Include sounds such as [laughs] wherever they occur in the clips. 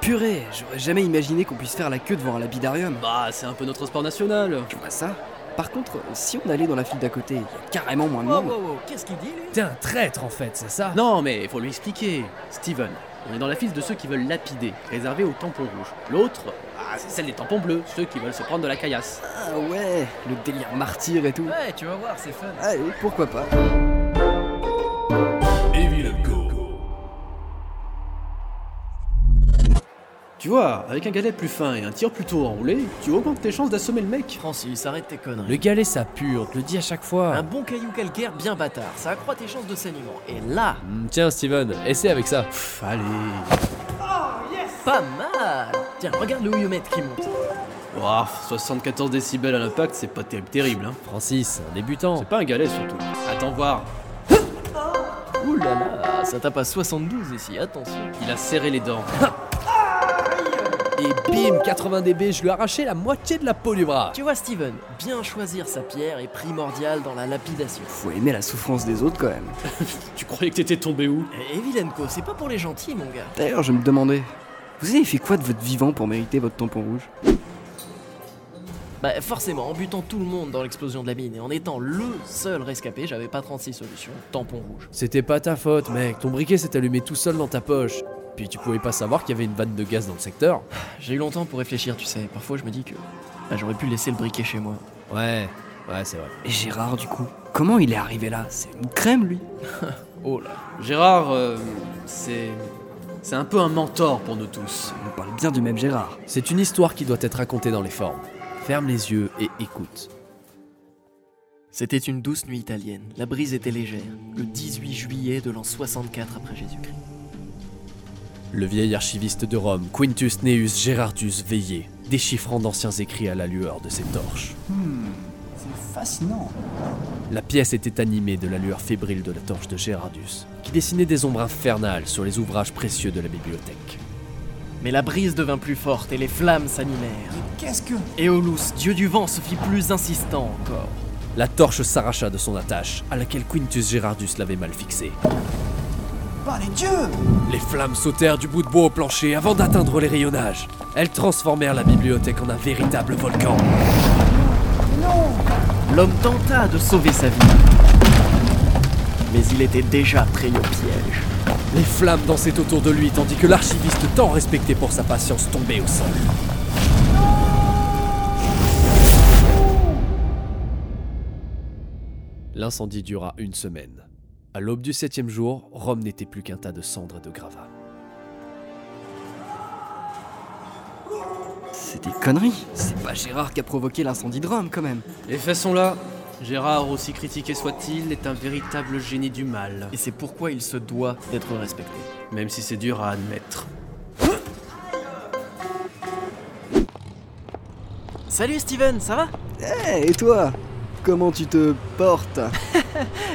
Purée, j'aurais jamais imaginé qu'on puisse faire la queue devant un lapidarium. Bah, c'est un peu notre sport national. Je vois ça. Par contre, si on allait dans la file d'à côté, il y a carrément moins de Wow, monde. wow, wow, qu'est-ce qu'il dit lui T'es un traître en fait, c'est ça Non, mais faut lui expliquer. Steven, on est dans la file de ceux qui veulent lapider, réservée aux tampons rouges. L'autre, ah, c'est celle des tampons bleus, ceux qui veulent se prendre de la caillasse. Ah ouais, le délire martyr et tout. Ouais, tu vas voir, c'est fun. Allez, pourquoi pas. Evil Go. Tu vois, avec un galet plus fin et un tir plutôt enroulé, tu augmentes tes chances d'assommer le mec. Francis, arrête tes conneries. Le galet ça pue, on te le dit à chaque fois. Un bon caillou calcaire bien bâtard, ça accroît tes chances de saignement. Et là, Ah. Hmm, Tiens Steven, essaie avec ça. Pff, allez. pas mal Tiens, regarde le houillomètre qui monte. Ouah, 74 décibels à l'impact, c'est pas terrible, terrible, hein. Francis, un débutant. C'est pas un galet surtout. Attends voir. Ouh là là, Ah, ça tape à 72 ici, attention. Il a serré les dents. Et bim, 80 dB, je lui ai arraché la moitié de la peau du bras. Tu vois Steven, bien choisir sa pierre est primordial dans la lapidation. Faut aimer la souffrance des autres quand même. [laughs] Tu croyais que t'étais tombé où Et Eh, Vilenko, c'est pas pour les gentils mon gars. D'ailleurs, je me demandais, vous avez fait quoi de votre vivant pour mériter votre tampon rouge Bah forcément, en butant tout le monde dans l'explosion de la mine et en étant le seul rescapé, j'avais pas 36 solutions, tampon rouge. C'était pas ta faute, mec. Ton briquet s'est allumé tout seul dans ta poche. Puis tu pouvais pas savoir qu'il y avait une vanne de gaz dans le secteur. J'ai eu longtemps pour réfléchir, tu sais, parfois je me dis que bah, j'aurais pu laisser le briquet chez moi. Ouais, ouais, c'est vrai. Et Gérard, du coup, comment il est arrivé là C'est une crème, lui Oh là. Gérard, euh, c'est. C'est un peu un mentor pour nous tous. On parle bien du même Gérard. C'est une histoire qui doit être racontée dans les formes. Ferme les yeux et écoute. C'était une douce nuit italienne, la brise était légère, le 18 juillet de l'an 64 après Jésus-Christ. Le vieil archiviste de Rome, Quintus Neus Gerardus veillait, déchiffrant d'anciens écrits à la lueur de ses torches. C'est fascinant. La pièce était animée de la lueur fébrile de la torche de Gérardus, qui dessinait des ombres infernales sur les ouvrages précieux de la bibliothèque. Mais la brise devint plus forte et les flammes s'animèrent. Qu'est-ce que. Éolus, dieu du vent, se fit plus insistant encore. La torche s'arracha de son attache, à laquelle Quintus Gerardus l'avait mal fixée. Par les dieux Les flammes sautèrent du bout de bois au plancher avant d'atteindre les rayonnages. Elles transformèrent la bibliothèque en un véritable volcan. L'homme tenta de sauver sa vie. Mais il était déjà pris au piège. Les flammes dansaient autour de lui tandis que l'archiviste tant respecté pour sa patience tombait au sol. L'incendie dura une semaine. À l'aube du septième jour, Rome n'était plus qu'un tas de cendres et de gravats. C'est des conneries. C'est pas Gérard qui a provoqué l'incendie de Rome, quand même. Les faits sont là. Gérard, aussi critiqué soit-il, est un véritable génie du mal, Et c'est pourquoi il se doit d'être respecté. même si c'est dur à admettre. Salut Steven, ça va Eh, et toi Comment tu te [laughs] portes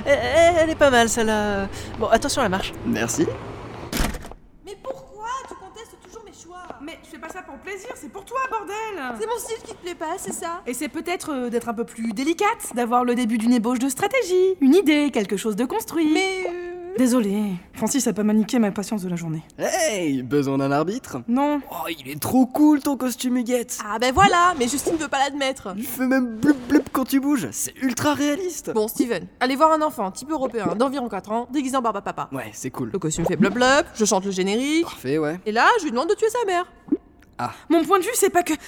Eh, Elle est pas mal celle-là. Bon, attention à la marche. Merci. Mais pourquoi tu contestes toujours mes choix Mais je fais pas ça pour plaisir, c'est pour toi, bordel C'est mon style qui te plaît pas, c'est ça Et c'est peut-être euh, d'être un peu plus délicate, d'avoir le début d'une ébauche de stratégie, une idée, quelque chose de construit. Mais... euh, Désolée, Francis a pas maniqué ma patience de la journée. Hey, besoin d'un arbitre Non, Oh, il est trop cool ton costume Huguette Ah ben voilà, mais Justine veut pas l'admettre Il fait même bloup bloup quand tu bouges, c'est ultra réaliste Bon, Steven, allez voir un enfant, type européen, d'environ 4 ans, déguisé en barbe à papa. Ouais, c'est cool. Le costume fait blop blop, je chante le générique, Parfait, ouais. et là, je lui demande de tuer sa mère. mon point de vue, c'est pas que. [sighs]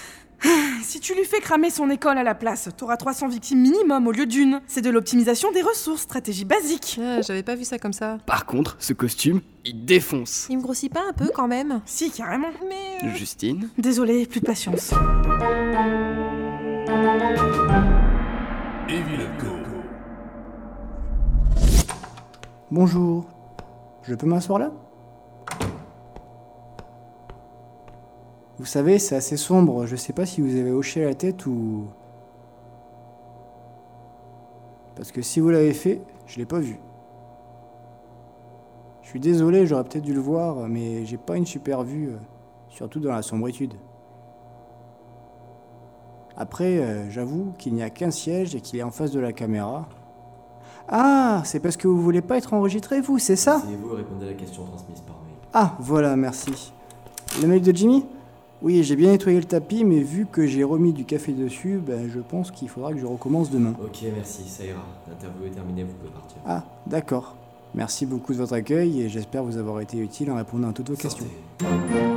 Si tu lui fais cramer son école à la place, t'auras 300 victimes minimum au lieu d'une. C'est de l'optimisation des ressources, stratégie basique. Ah, J'avais pas vu ça comme ça. Par contre, ce costume, il [laughs] défonce. Il me grossit pas un peu quand même Si, carrément. Mais... euh, Justine Désolée, plus de patience. Evil Go. Bonjour. Je peux m'asseoir là Vous savez, c'est assez sombre. Je sais pas si vous avez hoché la tête ou. Parce que si vous l'avez fait, je l'ai pas vu. Je suis désolé, j'aurais peut-être dû le voir, mais j'ai pas une super vue, euh, surtout dans la sombritude. Après, euh, j'avoue qu'il n'y a qu'un siège et qu'il est en face de la caméra. Ah, c'est parce que vous voulez pas être enregistré, vous, c'est ça Essayez-vous à répondre à la question transmise par mail. Ah, voilà, merci. Le mail de Jimmy Oui, j'ai bien nettoyé le tapis, mais vu que j'ai remis du café dessus, ben, je pense qu'il faudra que je recommence demain. Ok, merci, ça ira. L'interview est terminée, vous pouvez partir. Ah, d'accord. Merci beaucoup de votre accueil et j'espère vous avoir été utile en répondant à toutes vos questions. Sortez.